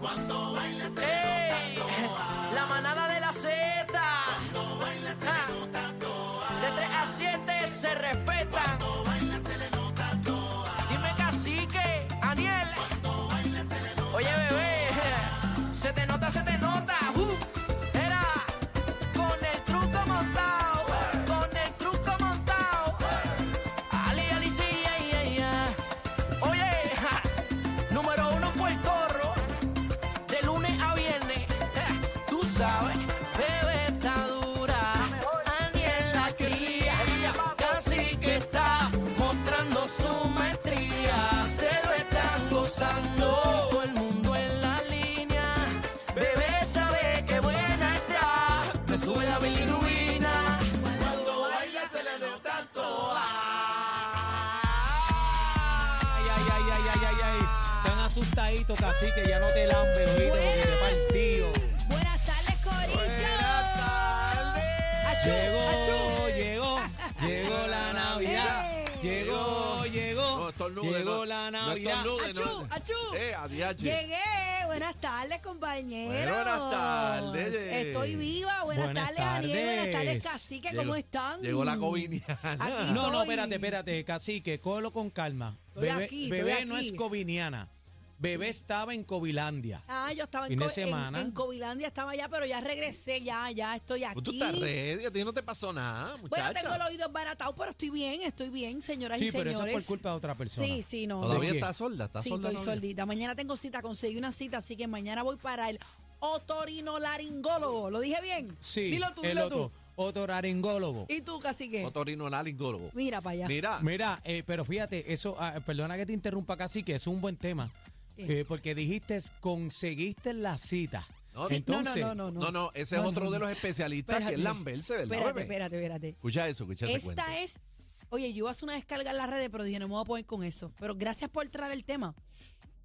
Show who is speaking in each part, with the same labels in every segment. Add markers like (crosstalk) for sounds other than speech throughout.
Speaker 1: Cuando baila se
Speaker 2: ¡Ey! Eh, La manada de la Z. Ah. De 3 a 7 se respetan. Dime cacique, Aniel. Oye, bebé, se te nota, se te nota. Uh. Era con el truco montado, con el truco montado. Ali, Ali, sí, ay, ay, ay. Oye, ja, número uno Puerto Rico de lunes a viernes. eh, Tú sabes, bebé está dura. Aniel la cría, casi que está mostrando su maestría. Se lo están gozando. Todo el mundo en la línea. Bebé sabe que buena está. Me sube la bilirubina.
Speaker 1: Cuando baila se le nota
Speaker 3: Ay, ay, ay, ay, ay, ay, ay. Tan asustadito, cacique, ya no te lambe, oído, porque te partido.
Speaker 4: Buenas tardes, Corillo. Achú,
Speaker 3: Llegó,
Speaker 4: achú.
Speaker 3: llegó,
Speaker 4: (laughs)
Speaker 3: llegó la Navidad.
Speaker 4: Ey.
Speaker 3: Llegó,
Speaker 1: No
Speaker 3: llegó,
Speaker 1: estornude,
Speaker 3: llegó
Speaker 1: no-
Speaker 3: la
Speaker 1: no
Speaker 3: Navidad.
Speaker 1: estornude.
Speaker 4: Achú, achú.
Speaker 1: Eh, adiache.
Speaker 4: Llegué. Buenas tardes, compañeros.
Speaker 1: Bueno, buenas tardes.
Speaker 4: Estoy viva. Buenas,
Speaker 3: Buenas
Speaker 4: tardes, Daniel. Buenas
Speaker 3: tardes.
Speaker 4: tardes, Cacique. ¿Cómo
Speaker 1: Llegó-
Speaker 4: están?
Speaker 1: Llegó la coviniana.
Speaker 4: Aquí
Speaker 3: (laughs) No, no,
Speaker 4: estoy.
Speaker 3: espérate, espérate, cacique, cógelo con calma.
Speaker 4: Estoy
Speaker 3: Bebé,
Speaker 4: aquí, estoy
Speaker 3: bebé no
Speaker 4: aquí.
Speaker 3: es coviniana. Bebé estaba en Covilandia.
Speaker 4: Ah, yo estaba en,
Speaker 3: Fin de
Speaker 4: Co- en-
Speaker 3: semana.
Speaker 4: en, Covilandia, estaba allá, pero ya regresé, ya, ya estoy aquí.
Speaker 1: Pues Tú estás ready, a ti no te pasó nada,
Speaker 4: bueno, tengo los
Speaker 1: muchacha.
Speaker 4: oídos baratados, pero estoy bien, estoy bien, señoras
Speaker 3: Sí,
Speaker 4: y
Speaker 3: pero
Speaker 4: señores.
Speaker 3: eso es por culpa de otra persona.
Speaker 4: Sí, sí, no.
Speaker 3: Hola,
Speaker 1: Todavía
Speaker 3: ¿De qué?
Speaker 1: estás sorda, estás
Speaker 4: Sí,
Speaker 1: sorda.
Speaker 4: estoy
Speaker 1: todavía?
Speaker 4: soldita. Mañana tengo cita, conseguí una cita, así que mañana voy para el otorinolaringólogo. ¿Lo dije bien?
Speaker 3: Sí,
Speaker 4: Dilo tú,
Speaker 3: el
Speaker 4: dilo
Speaker 3: otro,
Speaker 4: tú.
Speaker 3: otorinaringólogo.
Speaker 4: ¿Y tú, cacique?
Speaker 1: Otorrinolaringólogo.
Speaker 4: Mira para allá.
Speaker 1: Mira,
Speaker 3: Mira, eh, pero fíjate, eso, ah, perdona que te interrumpa, casi que es un buen tema.
Speaker 4: ¿Qué?
Speaker 3: Eh, porque dijiste, conseguiste la cita.
Speaker 1: No,
Speaker 4: Sí, no,
Speaker 3: Entonces,
Speaker 4: no, no, no,
Speaker 1: no, no, ese es
Speaker 4: No,
Speaker 1: otro
Speaker 4: no,
Speaker 1: de
Speaker 4: no.
Speaker 1: los especialistas que es
Speaker 4: Espérate.
Speaker 1: lamberse, ¿verdad,
Speaker 4: Espérate,
Speaker 1: bebé?
Speaker 4: espérate, espérate.
Speaker 1: Escucha eso, escucha ese cuento.
Speaker 4: Esta es. Oye, yo iba a hacer una descarga en las redes, pero dije, no me voy a poner con eso. Pero gracias por traer el tema.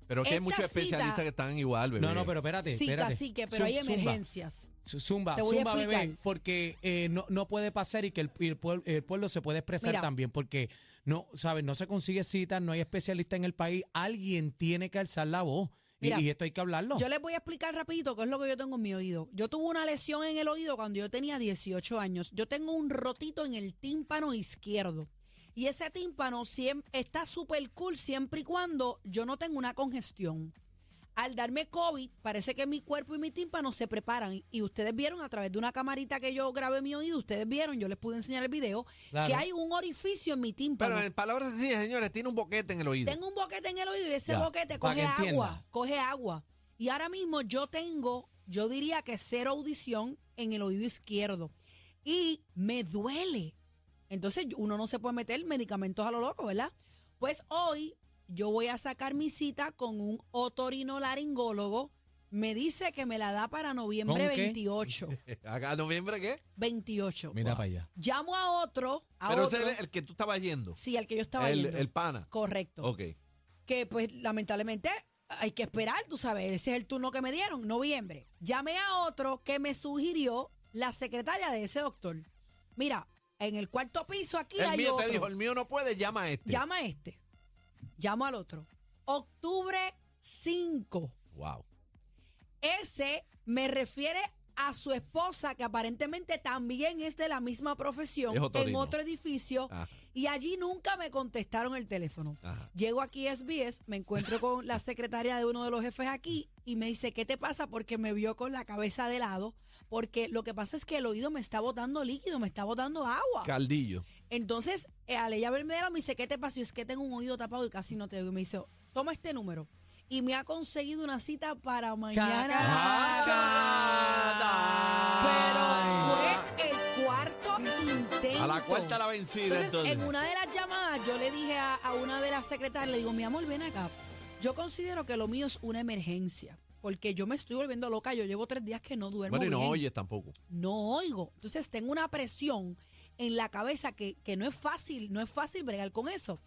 Speaker 1: Pero que hay
Speaker 4: esta
Speaker 1: muchos
Speaker 4: cita-
Speaker 1: especialistas que están igual, bebé.
Speaker 3: no, no, pero espérate,
Speaker 4: sí,
Speaker 3: espérate.
Speaker 4: cacique, pero
Speaker 3: Zum-
Speaker 4: hay
Speaker 3: zumba,
Speaker 4: emergencias.
Speaker 3: zu- Zumba,
Speaker 4: Te voy a
Speaker 3: zumba, bebé,
Speaker 4: explicar.
Speaker 3: porque eh, no, no puede pasar y que el, y el pueblo, el pueblo se puede expresar
Speaker 4: Mira.
Speaker 3: también, porque no, sabes, no se consigue cita, no hay especialista en el país, alguien tiene que alzar la voz y,
Speaker 4: Mira,
Speaker 3: y esto hay que hablarlo.
Speaker 4: Yo les voy a explicar rapidito qué es lo que yo tengo en mi oído. Yo tuve una lesión en el oído cuando yo tenía 18 años. Yo tengo un rotito en el tímpano izquierdo. Y ese tímpano siem- está súper cool siempre y cuando yo no tengo una congestión. Al darme COVID, parece que mi cuerpo y mi tímpano se preparan. Y ustedes vieron a través de una camarita que yo grabé en mi oído, ustedes vieron, yo les pude enseñar el video,
Speaker 3: Claro.
Speaker 4: que hay un orificio en mi tímpano.
Speaker 1: Pero en palabras sencillas, señores, tiene un boquete en el oído. (laughs)
Speaker 4: Tengo un boquete en el oído y ese
Speaker 3: Ya,
Speaker 4: boquete
Speaker 3: para
Speaker 4: coge
Speaker 3: que entienda.
Speaker 4: agua, coge agua. Y ahora mismo yo tengo, yo diría que cero audición en el oído izquierdo. Y me duele. Entonces yo- uno no se puede meter medicamentos a lo loco, ¿verdad? Pues hoy yo voy a sacar mi cita con un otorinolaringólogo. Me dice que me la da para noviembre
Speaker 3: ¿Con qué?
Speaker 4: 28.
Speaker 1: ¿Acá noviembre qué?
Speaker 4: 28.
Speaker 3: Mira para allá.
Speaker 4: Llamo a otro, a
Speaker 1: Pero ese
Speaker 4: otro.
Speaker 1: es el que tú estabas yendo.
Speaker 4: sí, al que yo estaba
Speaker 1: el,
Speaker 4: yendo.
Speaker 1: el pana.
Speaker 4: Correcto
Speaker 1: Ok.
Speaker 4: que pues lamentablemente hay que esperar, tú sabes, ese es el turno que me dieron, noviembre. Llamé a otro que me sugirió la secretaria de ese doctor. Mira, en el cuarto piso aquí
Speaker 1: El
Speaker 4: hay
Speaker 1: mío
Speaker 4: otro.
Speaker 1: te dijo, el mío no puede, llama a este.
Speaker 4: Llama a este. Llamo al otro. Octubre 5.
Speaker 1: Wow.
Speaker 4: Ese me refiere a su esposa, que aparentemente también es de la misma profesión,
Speaker 1: Es otorrino.
Speaker 4: en otro edificio,
Speaker 1: Ajá.
Speaker 4: y allí nunca me contestaron el teléfono.
Speaker 1: Ajá.
Speaker 4: Llego aquí a SBS, me encuentro con la secretaria de uno de los jefes aquí y me dice, ¿qué te pasa? Porque me vio con la cabeza de lado, porque lo que pasa es que el oído me está botando líquido, me está botando agua.
Speaker 1: Caldillo.
Speaker 4: Entonces, eh, al ella verme de lado, me dice, ¿qué te pasó? Y es que tengo un oído tapado y casi no te oigo. Y me dice, toma este número. Y me ha conseguido una cita para mañana. Pero fue el cuarto intento.
Speaker 1: A la cuarta la vencida,
Speaker 4: Entonces,
Speaker 1: entonces.
Speaker 4: en una de las llamadas, yo le dije a, a una de las secretarias, le digo, mi amor, ven acá. Yo considero que lo mío es una emergencia. Porque yo me estoy volviendo loca. Yo llevo tres días que no duermo
Speaker 1: Bueno, y no
Speaker 4: bien.
Speaker 1: oyes tampoco.
Speaker 4: No oigo. Entonces tengo una presión en la cabeza que, que no es fácil, no es fácil bregar con eso.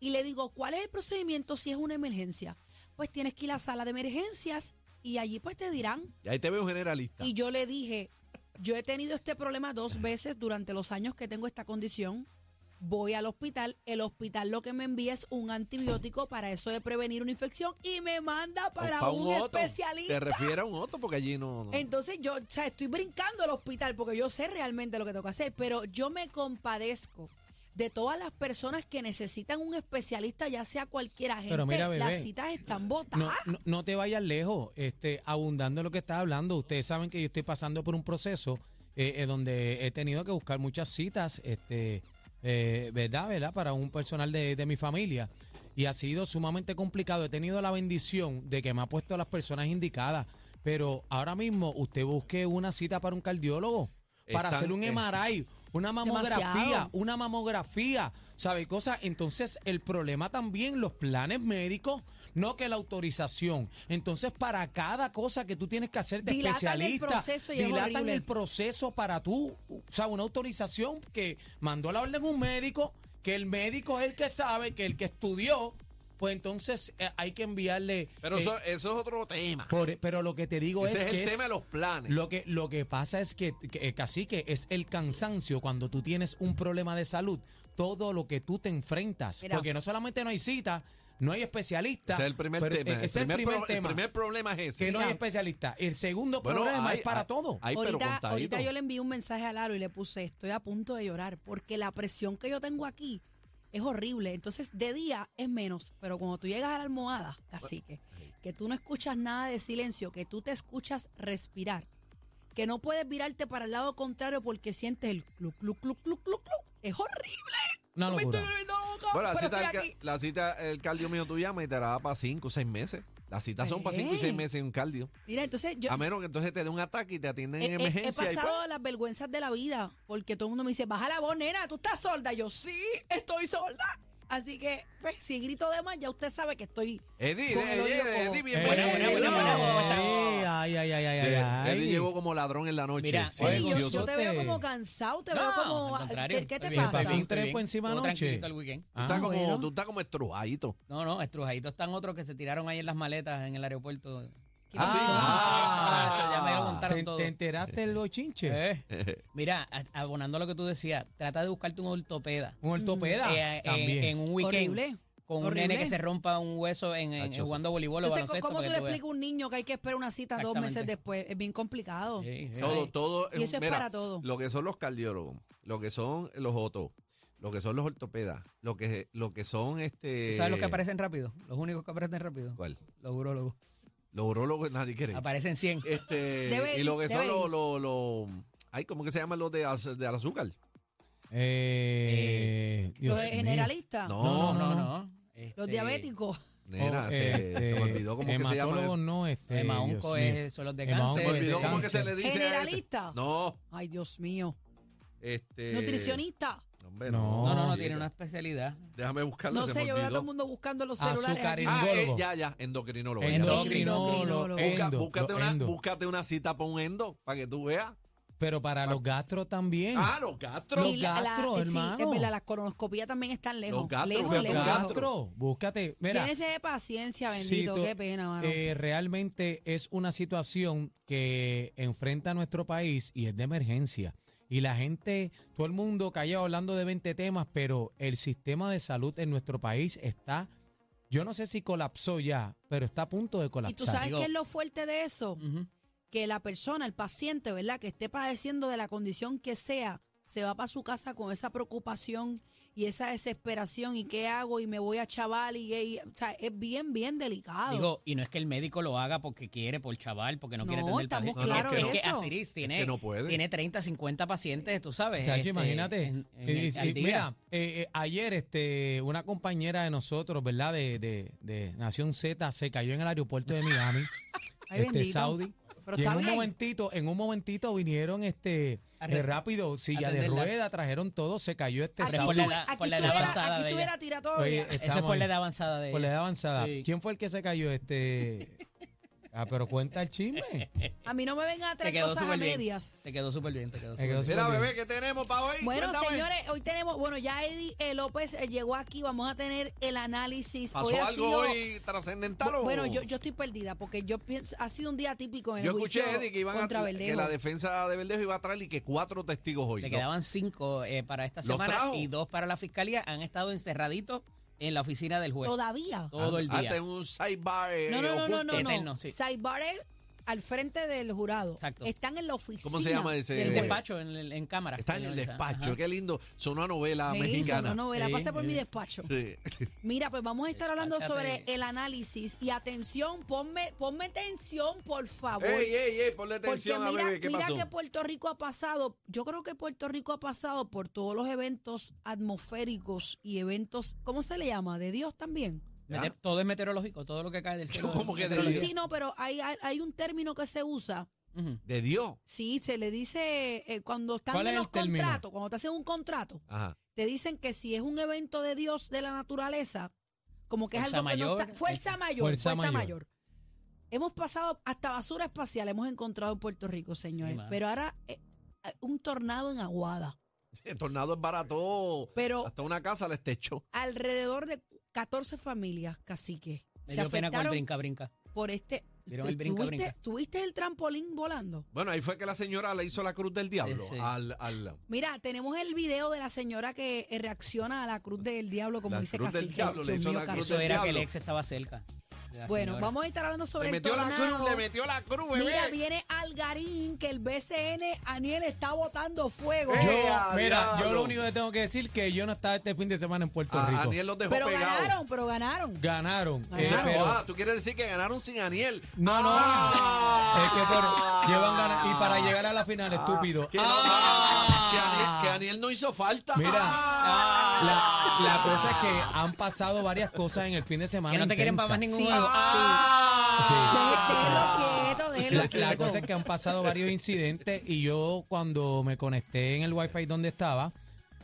Speaker 4: Y le digo, ¿cuál es el procedimiento si es una emergencia? Pues tienes que ir a la sala de emergencias y allí pues te dirán.
Speaker 1: Y ahí te veo un generalista.
Speaker 4: Y yo le dije, yo he tenido este problema dos veces durante los años que tengo esta condición. Voy al hospital, el hospital lo que me envía es un antibiótico para eso de prevenir una infección y me manda para
Speaker 1: Pa'
Speaker 4: un,
Speaker 1: otro.
Speaker 4: especialista.
Speaker 1: Te refiere a un otro porque allí no. no.
Speaker 4: Entonces yo o sea, estoy brincando al hospital porque yo sé realmente lo que tengo que hacer, pero yo me compadezco de todas las personas que necesitan un especialista, ya sea cualquiera gente.
Speaker 3: Pero mira, bebé,
Speaker 4: las citas están botadas.
Speaker 3: No, no, no te vayas lejos, este, abundando en lo que estás hablando. Ustedes saben que yo estoy pasando por un proceso eh, eh, donde he tenido que buscar muchas citas, este, eh, ¿verdad? ¿Verdad? Para un personal de, de mi familia. Y ha sido sumamente complicado. He tenido la bendición de que me ha puesto a las personas indicadas. Pero ahora mismo usted busque una cita para un cardiólogo, para
Speaker 1: Están,
Speaker 3: hacer un
Speaker 1: eh,
Speaker 3: MRI, una mamografía,
Speaker 4: Demasiado.
Speaker 3: una mamografía, ¿sabe cosa? Entonces, el problema también, los planes médicos, no que la autorización. Entonces, para cada cosa que tú tienes que hacer de
Speaker 4: Dilatan el
Speaker 3: especialista,
Speaker 4: proceso y es
Speaker 3: dilatan
Speaker 4: horrible.
Speaker 3: el proceso para tú, o sea, una autorización que mandó la orden un médico, que el médico es el que sabe, que el que estudió, pues entonces eh, hay que enviarle...
Speaker 1: Pero
Speaker 3: eh,
Speaker 1: eso, eso es otro tema.
Speaker 3: por- pero lo que te digo
Speaker 1: Ese
Speaker 3: es
Speaker 1: es el
Speaker 3: que es-
Speaker 1: tema de los planes.
Speaker 3: lo que, lo que pasa es que, que, eh, cacique, es el cansancio cuando tú tienes un problema de salud. Todo lo que tú te enfrentas.
Speaker 4: Mira.
Speaker 3: Porque no solamente no hay cita, no hay especialista.
Speaker 1: ese es el primer
Speaker 3: pero,
Speaker 1: tema.
Speaker 3: eh, Es el primer,
Speaker 1: pro-
Speaker 3: tema.
Speaker 1: primer problema es ese.
Speaker 3: que no hay
Speaker 4: Mira.
Speaker 3: especialista. El segundo
Speaker 1: Bueno,
Speaker 3: problema
Speaker 1: hay-
Speaker 3: es para
Speaker 1: hay-
Speaker 3: todo.
Speaker 1: hay, pero
Speaker 4: ahorita,
Speaker 1: contadito.
Speaker 4: ahorita yo le envié un mensaje a Laro y le puse, estoy a punto de llorar, porque la presión que yo tengo aquí es horrible. Entonces, de día es menos, pero cuando tú llegas a la almohada, cacique, que tú no escuchas nada de silencio, que tú te escuchas respirar, que no puedes virarte para el lado contrario porque sientes el cluc, cluc, cluc, cluc, cluc, cluc. Es horrible.
Speaker 3: Una
Speaker 4: No me
Speaker 3: locura.
Speaker 4: estoy volviendo loca,
Speaker 1: Bueno, la
Speaker 4: pero
Speaker 1: cita,
Speaker 4: estoy
Speaker 1: del
Speaker 4: aquí.
Speaker 1: ca- la cita, el cardio mío tú llamas y te la da para 5 o 6 meses. Las citas son para 5 y 6
Speaker 4: Ey.
Speaker 1: meses en un cardio.
Speaker 4: Mira, entonces yo,
Speaker 1: a menos que entonces te dé un ataque y te atienden
Speaker 4: Eh, He,
Speaker 1: en
Speaker 4: he- he
Speaker 1: emergencia. y
Speaker 4: pasado
Speaker 1: pues,
Speaker 4: las vergüenzas de la vida, porque todo el mundo me dice, baja la voz, nena, tú estás sorda. Yo, sí, estoy sorda. Así que, pues, si grito de más, ya usted sabe que estoy
Speaker 1: Eddie,
Speaker 4: con
Speaker 1: Eddie,
Speaker 4: el oído
Speaker 1: Eddie,
Speaker 4: cojo.
Speaker 1: Eddie,
Speaker 3: Eh,
Speaker 1: bien buena, buena, buena, buena, buena.
Speaker 3: eh, Ay, ay, ay, ay, ay,
Speaker 1: Eddie-
Speaker 3: ay.
Speaker 1: Eddie llegó como ladrón en la noche.
Speaker 5: Mira,
Speaker 4: Eddie, yo- yo,
Speaker 1: silencioso.
Speaker 4: te
Speaker 3: Te-
Speaker 4: veo como cansado, te veo como... ah,
Speaker 5: al contrario,
Speaker 4: ¿Qué, qué te
Speaker 5: estoy bien,
Speaker 4: pasa?
Speaker 5: estoy bien,
Speaker 3: Un trepo
Speaker 5: estoy bien.
Speaker 3: encima
Speaker 5: Estuvo
Speaker 3: anoche.
Speaker 5: tranquilito el weekend.
Speaker 1: Tú estás
Speaker 4: Ah,
Speaker 1: como,
Speaker 4: bueno.
Speaker 1: tú estás como estrujadito.
Speaker 5: No, no, estrujaditos están otros que se tiraron ahí en las maletas en el aeropuerto.
Speaker 4: ¿Qué
Speaker 1: Ah,
Speaker 4: pasó?
Speaker 1: sí.
Speaker 5: Ah, eso ya me lo
Speaker 3: Ah,
Speaker 5: contaron
Speaker 3: ¿Te,
Speaker 5: todo.
Speaker 3: te enteraste del bochinche?
Speaker 5: Eh, mira, a- abonando a lo que tú decías, trata de buscarte un ortopeda.
Speaker 3: Un ortopeda.
Speaker 5: Eh, en-
Speaker 3: también.
Speaker 5: en, un weekend.
Speaker 4: Horrible.
Speaker 5: Con un
Speaker 4: horrible.
Speaker 5: nene que se rompa un hueso en, en-
Speaker 1: Hacho, sí.
Speaker 5: jugando voleibol o
Speaker 4: Entonces,
Speaker 5: Ah, baloncesto.
Speaker 4: ¿cómo tú
Speaker 5: para que
Speaker 4: le
Speaker 5: tú veas.
Speaker 4: explicas a un niño que hay que esperar una cita dos meses
Speaker 5: Exactamente.
Speaker 4: después? Es bien complicado.
Speaker 5: Sí, sí.
Speaker 1: Todo, todo.
Speaker 4: Y eso es para todo.
Speaker 1: Lo que son los cardiólogos, lo que son los otos, lo que son los ortopedas, lo que, lo que son este.
Speaker 5: ¿Tú ¿Sabes los que aparecen rápido? Los únicos que aparecen rápido.
Speaker 1: ¿Cuál?
Speaker 5: Los urólogos.
Speaker 1: Los urólogos nadie quiere.
Speaker 5: Aparecen 100.
Speaker 1: Este,
Speaker 4: Debe
Speaker 1: y
Speaker 4: ir,
Speaker 1: lo que son
Speaker 4: debe
Speaker 1: los,
Speaker 4: ir.
Speaker 1: los, los- ay, ¿cómo que se llaman los de, az- de azúcar?
Speaker 3: Eh, Dios
Speaker 4: Los de
Speaker 3: mío.
Speaker 4: generalistas,
Speaker 5: No,
Speaker 1: No,
Speaker 5: no, no.
Speaker 4: los
Speaker 5: Este,
Speaker 4: diabéticos.
Speaker 1: nena, se, se me olvidó cómo que se llaman.
Speaker 3: Hematólogos
Speaker 1: eso.
Speaker 3: Oh, este, no, este. Dios
Speaker 5: El maunco
Speaker 3: mío.
Speaker 5: es- son los de
Speaker 3: Hemaonco
Speaker 1: Se me
Speaker 5: cáncer.
Speaker 3: es
Speaker 5: de
Speaker 1: olvidó cómo que se
Speaker 5: cáncer.
Speaker 1: le dice. a este.
Speaker 4: Generalista.
Speaker 1: No,
Speaker 4: Ay, Dios mío.
Speaker 5: Eh,
Speaker 1: este.
Speaker 4: Nutricionista.
Speaker 1: hombre,
Speaker 3: No,
Speaker 5: No, no, no,
Speaker 1: chica.
Speaker 5: tiene una especialidad.
Speaker 1: Déjame buscarlo.
Speaker 4: No
Speaker 1: se
Speaker 4: sé,
Speaker 1: me
Speaker 4: yo veo a
Speaker 1: olvidó.
Speaker 4: todo el mundo buscando los celulares.
Speaker 3: Azucar
Speaker 4: aquí.
Speaker 3: y
Speaker 1: Ah, eh,
Speaker 3: Endólogo.
Speaker 1: ya, ya, endocrinólogo. ya.
Speaker 3: Endocrinólogo.
Speaker 4: Endocrinólogo.
Speaker 1: Busca-
Speaker 3: endo,
Speaker 1: búscate,
Speaker 3: lo
Speaker 1: una,
Speaker 3: endo.
Speaker 1: búscate una cita para un endo, para que tú veas.
Speaker 3: Pero para los gastros también.
Speaker 1: Ah, los gastros.
Speaker 3: Los gastros,
Speaker 4: eh, sí,
Speaker 3: hermano.
Speaker 4: es verdad, las colonoscopías también están lejos.
Speaker 1: Los gastros,
Speaker 4: lejos,
Speaker 1: los
Speaker 3: los
Speaker 4: lejos.
Speaker 1: gastros.
Speaker 3: gastros. Búscate. Mira.
Speaker 4: Tienes de paciencia,
Speaker 3: si
Speaker 4: bendito.
Speaker 3: tú-
Speaker 4: qué pena, mano.
Speaker 3: eh, realmente es una situación que enfrenta a nuestro país y es de emergencia. Y la gente, todo el mundo callado hablando de 20 temas, pero el sistema de salud en nuestro país está, yo no sé si colapsó ya, pero está a punto de
Speaker 4: y
Speaker 3: colapsar.
Speaker 4: tú sabes
Speaker 5: digo-
Speaker 4: qué es lo fuerte de eso.
Speaker 5: Ujú.
Speaker 4: Que la persona, el paciente, ¿verdad? Que esté padeciendo de la condición que sea, se va para su casa con esa preocupación y esa desesperación. ¿Y qué hago? Y me voy a chaval. Y, y- o sea, es bien, bien delicado.
Speaker 5: Digo, y no es que el médico lo haga porque quiere, por chaval, porque no,
Speaker 4: No,
Speaker 5: quiere atender
Speaker 4: estamos
Speaker 5: pacientes.
Speaker 1: claros
Speaker 5: es
Speaker 1: de
Speaker 5: que
Speaker 4: eso.
Speaker 5: Asiris tiene,
Speaker 1: que no puede.
Speaker 5: tiene 30, 50 pacientes, tú sabes.
Speaker 3: Chacho,
Speaker 5: este,
Speaker 3: imagínate.
Speaker 5: en- en
Speaker 3: Y-
Speaker 5: el-
Speaker 3: y-
Speaker 5: al
Speaker 3: y
Speaker 5: día.
Speaker 3: mira, eh, eh, ayer este, una compañera de nosotros, ¿verdad? De, de- de Nación Z se cayó en el aeropuerto de Miami,
Speaker 4: Ay,
Speaker 3: este,
Speaker 4: bendito.
Speaker 3: Saudi.
Speaker 4: Pero
Speaker 3: y en
Speaker 4: está
Speaker 3: un
Speaker 4: bien.
Speaker 3: momentito, en un momentito vinieron este
Speaker 5: A
Speaker 3: eh,
Speaker 5: re-
Speaker 3: rápido, silla de
Speaker 5: atenderla.
Speaker 3: rueda, trajeron todo, se cayó este
Speaker 4: Aquí,
Speaker 5: Pero
Speaker 3: Saudi.
Speaker 5: por la
Speaker 4: tú-
Speaker 5: edad-
Speaker 4: aquí
Speaker 5: por la edad
Speaker 4: tuviera-
Speaker 5: avanzada
Speaker 4: aquí
Speaker 5: de
Speaker 4: tuviera
Speaker 5: ella.
Speaker 4: tiratoria.
Speaker 3: Oye, este
Speaker 5: Eso es
Speaker 3: estamos
Speaker 5: por la
Speaker 3: ahí,
Speaker 5: edad avanzada de
Speaker 3: por la
Speaker 5: ella.
Speaker 3: edad avanzada.
Speaker 5: Sí.
Speaker 3: ¿Quién fue el que se cayó? Este Ah, pero cuenta el chisme.
Speaker 4: A mí no me vengan a
Speaker 5: Te
Speaker 4: traer
Speaker 5: quedó
Speaker 4: cosas a
Speaker 5: súper bien.
Speaker 4: medias.
Speaker 5: Te quedó súper bien, te quedó
Speaker 3: Me
Speaker 5: súper
Speaker 3: quedó
Speaker 5: bien.
Speaker 1: Mira,
Speaker 3: súper
Speaker 1: bebé,
Speaker 3: bien.
Speaker 1: ¿qué tenemos para hoy?
Speaker 4: Bueno,
Speaker 1: Cuéntame.
Speaker 4: señores, hoy tenemos, bueno, ya Eddie eh, López eh, llegó aquí, vamos a tener el análisis.
Speaker 1: ¿Pasó
Speaker 4: hoy ha
Speaker 1: algo
Speaker 4: sido-
Speaker 1: hoy trascendental o-
Speaker 4: Bueno, yo, yo estoy perdida porque yo pienso, ha sido un día típico en
Speaker 1: Yo
Speaker 4: el
Speaker 1: escuché,
Speaker 4: juicio
Speaker 1: Eddie, que, iban a,
Speaker 4: contra
Speaker 1: que
Speaker 4: Verdejo.
Speaker 1: la defensa de Verdejo iba a traer y que cuatro testigos hoy.
Speaker 5: Le
Speaker 1: ¿no?
Speaker 5: quedaban cinco eh, para esta
Speaker 1: Los
Speaker 5: semana
Speaker 1: trajo.
Speaker 5: y dos para la fiscalía. Han estado encerraditos en la oficina del juez
Speaker 4: Todavía.
Speaker 5: todo el
Speaker 1: Antes
Speaker 5: día.
Speaker 1: en un sidebar. eh,
Speaker 4: No, no, no, no,
Speaker 1: oculto.
Speaker 4: no, no.
Speaker 5: Eterno, sí.
Speaker 4: Sidebares al frente del jurado.
Speaker 5: Exacto.
Speaker 4: Están en la oficina.
Speaker 1: ¿Cómo se llama ese-
Speaker 4: del
Speaker 5: En
Speaker 4: juez.
Speaker 5: despacho, en, el- en cámara.
Speaker 1: Está en el
Speaker 5: Ajá.
Speaker 1: despacho. Qué lindo. Sonó a novela
Speaker 4: Me
Speaker 1: Ah, mexicana.
Speaker 4: hizo, no, no, la
Speaker 5: Sí,
Speaker 4: pasa por
Speaker 5: sí.
Speaker 4: mi despacho.
Speaker 1: Sí. (laughs)
Speaker 4: Mira, pues vamos a estar hablando sobre
Speaker 5: Despáchate.
Speaker 4: el análisis y atención, ponme, ponme atención, por favor.
Speaker 1: Ey, ey, ey, ponle
Speaker 4: Ah, Porque
Speaker 1: atención a
Speaker 4: mira,
Speaker 1: bebé. ¿Qué
Speaker 4: mira
Speaker 1: pasó?
Speaker 4: que Puerto Rico ha pasado, yo creo que Puerto Rico ha pasado por todos los eventos atmosféricos y eventos, ¿cómo se le llama? De Dios también.
Speaker 5: Mete-
Speaker 1: Ah.
Speaker 5: Todo es meteorológico, todo lo
Speaker 1: (laughs)
Speaker 5: que cae del cielo.
Speaker 1: ¿Cómo que de
Speaker 4: Sí,
Speaker 1: Dios?
Speaker 4: sí, no, pero hay, hay, hay un término que se usa.
Speaker 5: Ujú.
Speaker 1: De Dios.
Speaker 4: Sí, se le dice eh, cuando están
Speaker 3: ¿Cuál
Speaker 4: en
Speaker 3: es el
Speaker 4: los
Speaker 3: término?
Speaker 4: contratos, cuando te hacen un contrato,
Speaker 1: Ajá. (laughs)
Speaker 4: te dicen que si es un evento de Dios de la naturaleza, como que es
Speaker 5: Fuerza
Speaker 4: algo que no
Speaker 5: mayor,
Speaker 4: está. Fuerza
Speaker 5: eh,
Speaker 4: mayor, fuerza, mayor.
Speaker 3: fuerza mayor.
Speaker 4: Hemos pasado hasta basura espacial, hemos encontrado en Puerto Rico, señores.
Speaker 5: mano.
Speaker 4: pero ahora eh, eh, un tornado en Aguada.
Speaker 1: El tornado es barato.
Speaker 4: Pero-
Speaker 1: Hasta una casa les techó.
Speaker 4: Alrededor de 14 familias, caciques,
Speaker 5: Me
Speaker 4: se
Speaker 5: dio pena con el
Speaker 4: afectaron
Speaker 5: brinca, brinca.
Speaker 4: por este.
Speaker 5: Vieron el brinca,
Speaker 4: ¿Tuviste-
Speaker 5: brinca.
Speaker 4: ¿Tuviste el trampolín volando?
Speaker 1: Bueno, ahí fue que la señora le hizo la cruz del diablo
Speaker 5: Sí, sí.
Speaker 1: al. al
Speaker 4: Mira, tenemos el video de la señora que eh, reacciona a la cruz del diablo, como
Speaker 1: La
Speaker 4: dice
Speaker 1: cruz del
Speaker 4: Cacique.
Speaker 1: diablo, le
Speaker 4: Dios
Speaker 1: hizo
Speaker 4: mío,
Speaker 1: la cruz
Speaker 4: Cacique.
Speaker 5: Eso
Speaker 1: del
Speaker 5: era que el
Speaker 1: diablo.
Speaker 5: ex estaba cerca. de la
Speaker 4: Bueno,
Speaker 5: señora.
Speaker 4: vamos a estar hablando sobre
Speaker 1: Le
Speaker 4: el
Speaker 1: metió la
Speaker 4: tornado.
Speaker 1: cruz, le metió la cruz, bebé.
Speaker 4: Mira, viene Algarín, que el BCN, Aniel, está botando fuego.
Speaker 1: Eh,
Speaker 3: Yo,
Speaker 1: ¡Ea,
Speaker 3: mira, yo
Speaker 1: diablo!
Speaker 3: lo único que tengo que decir que yo no estaba este fin de semana en Puerto
Speaker 1: A-
Speaker 3: Rico.
Speaker 1: Ah, Aniel los dejó
Speaker 4: pero
Speaker 1: pegados.
Speaker 4: ganaron, pero ganaron.
Speaker 3: Ganaron.
Speaker 1: O
Speaker 3: eh,
Speaker 1: sea,
Speaker 3: pero-
Speaker 1: ah, tú quieres decir que ganaron sin Aniel.
Speaker 3: no, no.
Speaker 1: Ah.
Speaker 3: Es que por- llevan ganas. Y para llegar a la final, estúpido. Ah.
Speaker 1: Que, no- que Aniel, que Aniel no hizo falta.
Speaker 3: Mira,
Speaker 1: Ah.
Speaker 3: La, la cosa es que han pasado varias cosas en el fin de semana.
Speaker 5: Que no te quieren para
Speaker 3: intensas.
Speaker 5: más ningún
Speaker 4: Sí,
Speaker 5: juego.
Speaker 4: sí.
Speaker 1: Ah.
Speaker 4: Déjelo quieto, déjelo
Speaker 3: La,
Speaker 4: quieto.
Speaker 3: la cosa es que han pasado varios incidentes y yo cuando me conecté en el wifi donde estaba,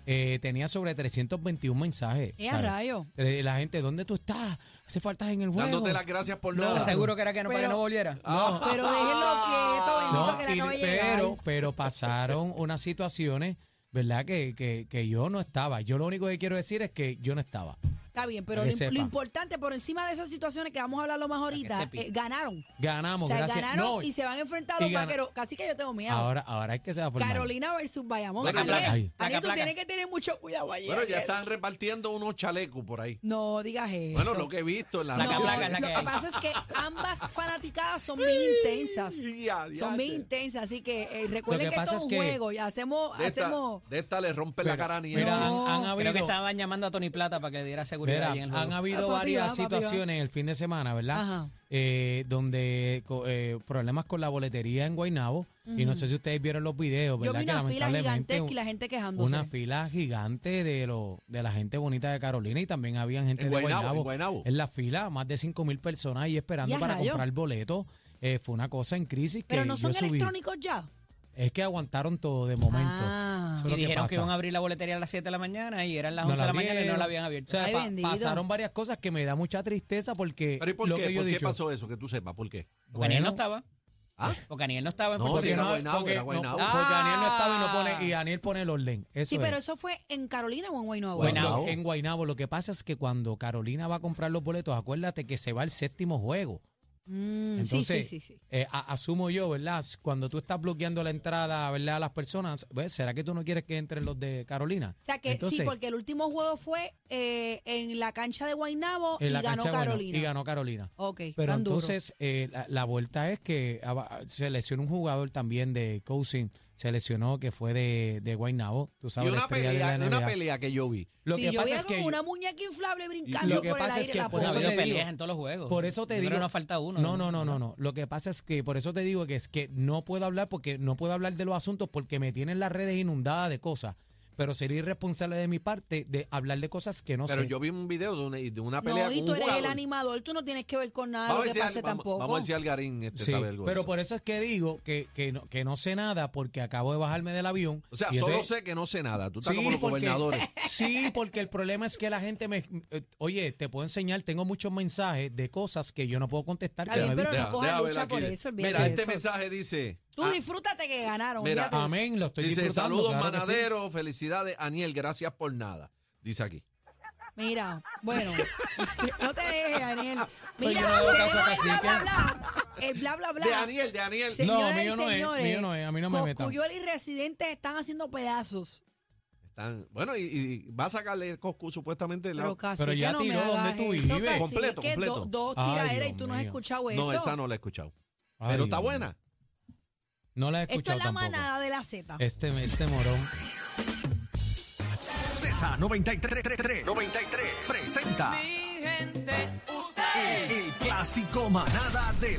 Speaker 3: eh, tenía sobre 321 mensajes.
Speaker 4: ¡Eh, a
Speaker 3: ¿sabes?
Speaker 4: rayo!
Speaker 3: Eh, La gente, ¿dónde tú estás? Hace falta en el juego.
Speaker 1: Dándote las gracias por
Speaker 3: No,
Speaker 1: nada.
Speaker 5: Ah, Seguro que era que no, para que
Speaker 4: Pero-
Speaker 5: no volviera.
Speaker 1: Ah.
Speaker 4: Pero déjenlo quieto, bendito
Speaker 3: No,
Speaker 4: que le
Speaker 3: y-
Speaker 4: acaba de llegar.
Speaker 3: pero, pero pasaron unas situaciones, ¿verdad? Que, que, que yo no estaba. Yo lo único que quiero decir es que yo no estaba.
Speaker 4: Está bien, pero
Speaker 3: Para
Speaker 4: lo,
Speaker 3: que
Speaker 4: im- lo
Speaker 3: sepa.
Speaker 4: importante, por encima de esas situaciones que vamos a hablarlo más ahorita,
Speaker 5: sepa.
Speaker 4: eh, ganaron.
Speaker 3: Ganamos,
Speaker 4: o sea,
Speaker 3: gracias.
Speaker 4: ganaron
Speaker 3: No,
Speaker 4: y se van a enfrentar a los
Speaker 3: y gana-
Speaker 4: vaqueros. Casi que yo tengo miedo.
Speaker 3: ahora, ahora es que se va a formar.
Speaker 4: Carolina versus Bayamón.
Speaker 1: Bueno,
Speaker 4: Aniel,
Speaker 1: placa.
Speaker 3: Ay.
Speaker 5: Placa,
Speaker 4: Aniel, tú
Speaker 5: placa.
Speaker 4: tienes que tener mucho cuidado allí.
Speaker 1: Bueno, ya
Speaker 4: Aniel.
Speaker 1: están repartiendo unos chalecos por ahí.
Speaker 4: No digas eso.
Speaker 1: Bueno, lo que he visto en la
Speaker 5: Placa,
Speaker 4: No,
Speaker 5: placa, es la
Speaker 4: lo
Speaker 5: que
Speaker 4: que,
Speaker 5: hay.
Speaker 4: pasa es que ambas fanaticadas son bien intensas.
Speaker 1: Ya, ya,
Speaker 4: Son bien
Speaker 1: ya.
Speaker 4: intensas, así que eh, recuerden
Speaker 3: Lo
Speaker 4: que,
Speaker 3: que
Speaker 4: esto
Speaker 3: pasa
Speaker 4: es
Speaker 3: es
Speaker 4: un
Speaker 3: que
Speaker 4: juego y hacemos,
Speaker 1: De esta,
Speaker 4: hacemos
Speaker 1: de esta le rompen la
Speaker 3: Pero-
Speaker 1: cara a Aniel.
Speaker 3: mira,
Speaker 4: No.
Speaker 3: han, han
Speaker 5: Creo
Speaker 3: habido,
Speaker 5: que estaban llamando a Tony Plata para que le diera seguridad
Speaker 3: Mira,
Speaker 5: ahí en el
Speaker 3: han
Speaker 5: juego.
Speaker 3: habido
Speaker 4: Ah, papi,
Speaker 3: varias
Speaker 4: va, papi, va.
Speaker 3: situaciones el fin de semana, ¿verdad?
Speaker 4: Ajá.
Speaker 3: Eh, donde co- eh, problemas con la boletería en Guaynabo. Y no sé si ustedes vieron los
Speaker 4: yo
Speaker 3: videos, ¿verdad?
Speaker 4: vi una
Speaker 3: que
Speaker 4: fila
Speaker 3: lamentablemente
Speaker 4: gigantesca y la gente quejándose.
Speaker 3: una fila gigante de lo, de la gente bonita de Carolina y también había gente
Speaker 1: En
Speaker 3: de
Speaker 1: Guaynabo,
Speaker 3: Guaynabo,
Speaker 1: en Guaynabo.
Speaker 3: la fila, más de 5 mil personas ahí
Speaker 4: Y
Speaker 3: esperando
Speaker 4: a
Speaker 3: para
Speaker 4: rayos.
Speaker 3: comprar boletos. Eh, fue una cosa en crisis que
Speaker 4: Pero no son
Speaker 3: yo subí.
Speaker 4: electrónicos ya.
Speaker 3: Es que aguantaron todo de momento.
Speaker 4: Ah.
Speaker 3: Eso es
Speaker 5: Y
Speaker 3: lo que
Speaker 5: dijeron que,
Speaker 3: pasa.
Speaker 5: iban a abrir la boletería a las 7 de la mañana y eran las
Speaker 3: No
Speaker 5: 11 de la mañana y no
Speaker 3: abrieron.
Speaker 5: la habían abierto.
Speaker 3: O sea,
Speaker 4: Ay,
Speaker 3: pa-
Speaker 4: bendito.
Speaker 3: pasaron varias cosas que me da mucha tristeza porque
Speaker 1: Pero ¿y por
Speaker 3: lo
Speaker 1: qué?
Speaker 3: que yo
Speaker 1: ¿Por
Speaker 3: he
Speaker 1: qué
Speaker 3: dicho.
Speaker 1: pasó eso? Que tú sepas, ¿por qué?
Speaker 5: Porque Aniel no
Speaker 3: Bueno.
Speaker 5: estaba.
Speaker 1: ¿Ah?
Speaker 5: Porque Aniel no estaba en
Speaker 1: No,
Speaker 5: Puerto
Speaker 1: sí,
Speaker 5: Rico.
Speaker 1: era Guaynabo,
Speaker 3: porque,
Speaker 1: era Guaynabo.
Speaker 3: No, porque Aniel no estaba y
Speaker 5: Ah.
Speaker 3: no pone y Aniel pone el orden. Eso
Speaker 4: Sí,
Speaker 3: es.
Speaker 4: pero eso fue en Carolina o en Guaynabo.
Speaker 1: Guaynabo.
Speaker 3: Lo- En Guainabo, lo que pasa es que cuando Carolina va a comprar los boletos, acuérdate que se va al séptimo juego.
Speaker 4: Mm, sí, sí,
Speaker 3: Entonces,
Speaker 4: sí, sí.
Speaker 3: eh, a- asumo yo, ¿verdad? Cuando tú estás bloqueando la entrada, ¿verdad? A las personas, ¿ves? ¿será que tú no quieres que entren los de Carolina?
Speaker 4: O sea que sí,
Speaker 3: Entonces,
Speaker 4: porque el último juego fue eh, en la cancha de Guaynabo y
Speaker 3: en la
Speaker 4: ganó
Speaker 3: cancha, bueno,
Speaker 4: Carolina.
Speaker 3: y ganó Carolina.
Speaker 4: Ok,
Speaker 3: Pero
Speaker 4: tan duro.
Speaker 3: entonces eh, la, la vuelta es que ah, se lesionó un jugador también de Cousin, se lesionó que fue de, de Guaynabo, tú
Speaker 1: Y
Speaker 3: sabes, la
Speaker 1: una
Speaker 3: estrella de
Speaker 1: pelea,
Speaker 3: la
Speaker 1: una
Speaker 3: NBA.
Speaker 1: pelea que yo vi.
Speaker 3: Lo
Speaker 4: Sí,
Speaker 3: que
Speaker 4: yo
Speaker 3: pasa
Speaker 4: veía
Speaker 3: es que
Speaker 4: como una muñeca inflable brincando
Speaker 3: Lo que
Speaker 4: por el
Speaker 3: pasa
Speaker 4: aire
Speaker 3: es que
Speaker 4: la
Speaker 3: por
Speaker 5: Pues ha
Speaker 4: posa.
Speaker 3: eso
Speaker 5: habido
Speaker 3: te
Speaker 5: peleas
Speaker 3: digo-
Speaker 5: en todos los juegos.
Speaker 3: Por eso te
Speaker 5: Yo creo que
Speaker 3: digo-
Speaker 5: no falta uno.
Speaker 3: No, no, no, no, no. Lo que pasa es que por eso te digo que es que no puedo hablar porque no puedo hablar de los asuntos porque me tienen las redes inundadas de cosas. pero sería irresponsable de mi parte de hablar de cosas que no
Speaker 1: Pero
Speaker 3: sé.
Speaker 1: yo vi un video de una, de una pelea
Speaker 4: No,
Speaker 1: con
Speaker 4: y
Speaker 1: un
Speaker 4: tú eres el
Speaker 1: jugador.
Speaker 4: animador, tú no tienes que ver con nada
Speaker 1: Vamos a
Speaker 4: lo
Speaker 1: ver
Speaker 4: que
Speaker 1: si
Speaker 4: pase
Speaker 1: al- vamos-
Speaker 4: tampoco.
Speaker 1: Vamos a ver si Algarín este
Speaker 3: Sí,
Speaker 1: sabe algo de
Speaker 3: pero
Speaker 1: eso.
Speaker 3: por eso es que digo que, que, no, que no sé nada porque acabo de bajarme del avión.
Speaker 1: O sea,
Speaker 3: y
Speaker 1: solo
Speaker 3: entonces-
Speaker 1: sé que no sé nada. Tú estás
Speaker 3: Sí,
Speaker 1: como los
Speaker 3: porque- (laughs)
Speaker 4: (laughs)
Speaker 1: gobernadores.
Speaker 3: Sí, porque el problema es que la gente me... eh, Oye, te puedo enseñar, tengo muchos mensajes de cosas que yo no puedo contestar.
Speaker 4: Está
Speaker 3: que
Speaker 4: bien,
Speaker 3: no he
Speaker 4: pero
Speaker 3: visto.
Speaker 4: no coja
Speaker 1: ver
Speaker 4: lucha
Speaker 1: aquí.
Speaker 4: por eso, olvídate
Speaker 1: Mira,
Speaker 4: de
Speaker 1: este
Speaker 4: eso.
Speaker 1: mensaje dice.
Speaker 4: Tú
Speaker 1: ah,
Speaker 4: disfrútate que ganaron.
Speaker 1: mira,
Speaker 4: olvídate de eso.
Speaker 3: Amén, lo estoy
Speaker 1: dice,
Speaker 3: disfrutando.
Speaker 1: saludos
Speaker 3: claro que sí.
Speaker 1: manadero, felicidades, Aniel, gracias por nada. Dice aquí.
Speaker 4: Mira, bueno, este, no te dejes, Daniel.
Speaker 3: Pues
Speaker 4: Mira,
Speaker 3: yo no hago
Speaker 4: te
Speaker 3: caso a
Speaker 4: doy bla, bla,
Speaker 3: Cacique.
Speaker 4: bla. El bla, bla, bla.
Speaker 1: De Aniel, de Aniel.
Speaker 3: Sí.
Speaker 4: Señoras
Speaker 3: No, mío
Speaker 4: y
Speaker 3: no es,
Speaker 4: señores,
Speaker 3: mío no es, a mí no me metan.
Speaker 4: Cosculluela y residentes están haciendo pedazos.
Speaker 1: Están, bueno, y, y va a sacarle Coscu supuestamente. la-
Speaker 4: Pero casi
Speaker 3: Pero ya
Speaker 4: que no me
Speaker 3: tiró
Speaker 4: hagas
Speaker 3: donde tú
Speaker 4: eso,
Speaker 3: vives.
Speaker 4: cacique,
Speaker 1: Completo,
Speaker 4: que
Speaker 1: completo.
Speaker 4: do- dos
Speaker 3: Ay,
Speaker 4: tiraderas y
Speaker 3: Dios
Speaker 4: tú no has
Speaker 3: mío.
Speaker 4: escuchado eso.
Speaker 1: no, esa no la he escuchado.
Speaker 3: Ay,
Speaker 1: pero
Speaker 3: Dios
Speaker 1: está
Speaker 3: mío.
Speaker 1: buena.
Speaker 3: No la he
Speaker 4: Esto es
Speaker 3: escuchado
Speaker 4: la
Speaker 3: tampoco.
Speaker 4: manada de la Z.
Speaker 3: Este, este morón.
Speaker 6: Z93 93 presenta
Speaker 2: Mi gente, ustedes.
Speaker 6: el, el clásico manada de la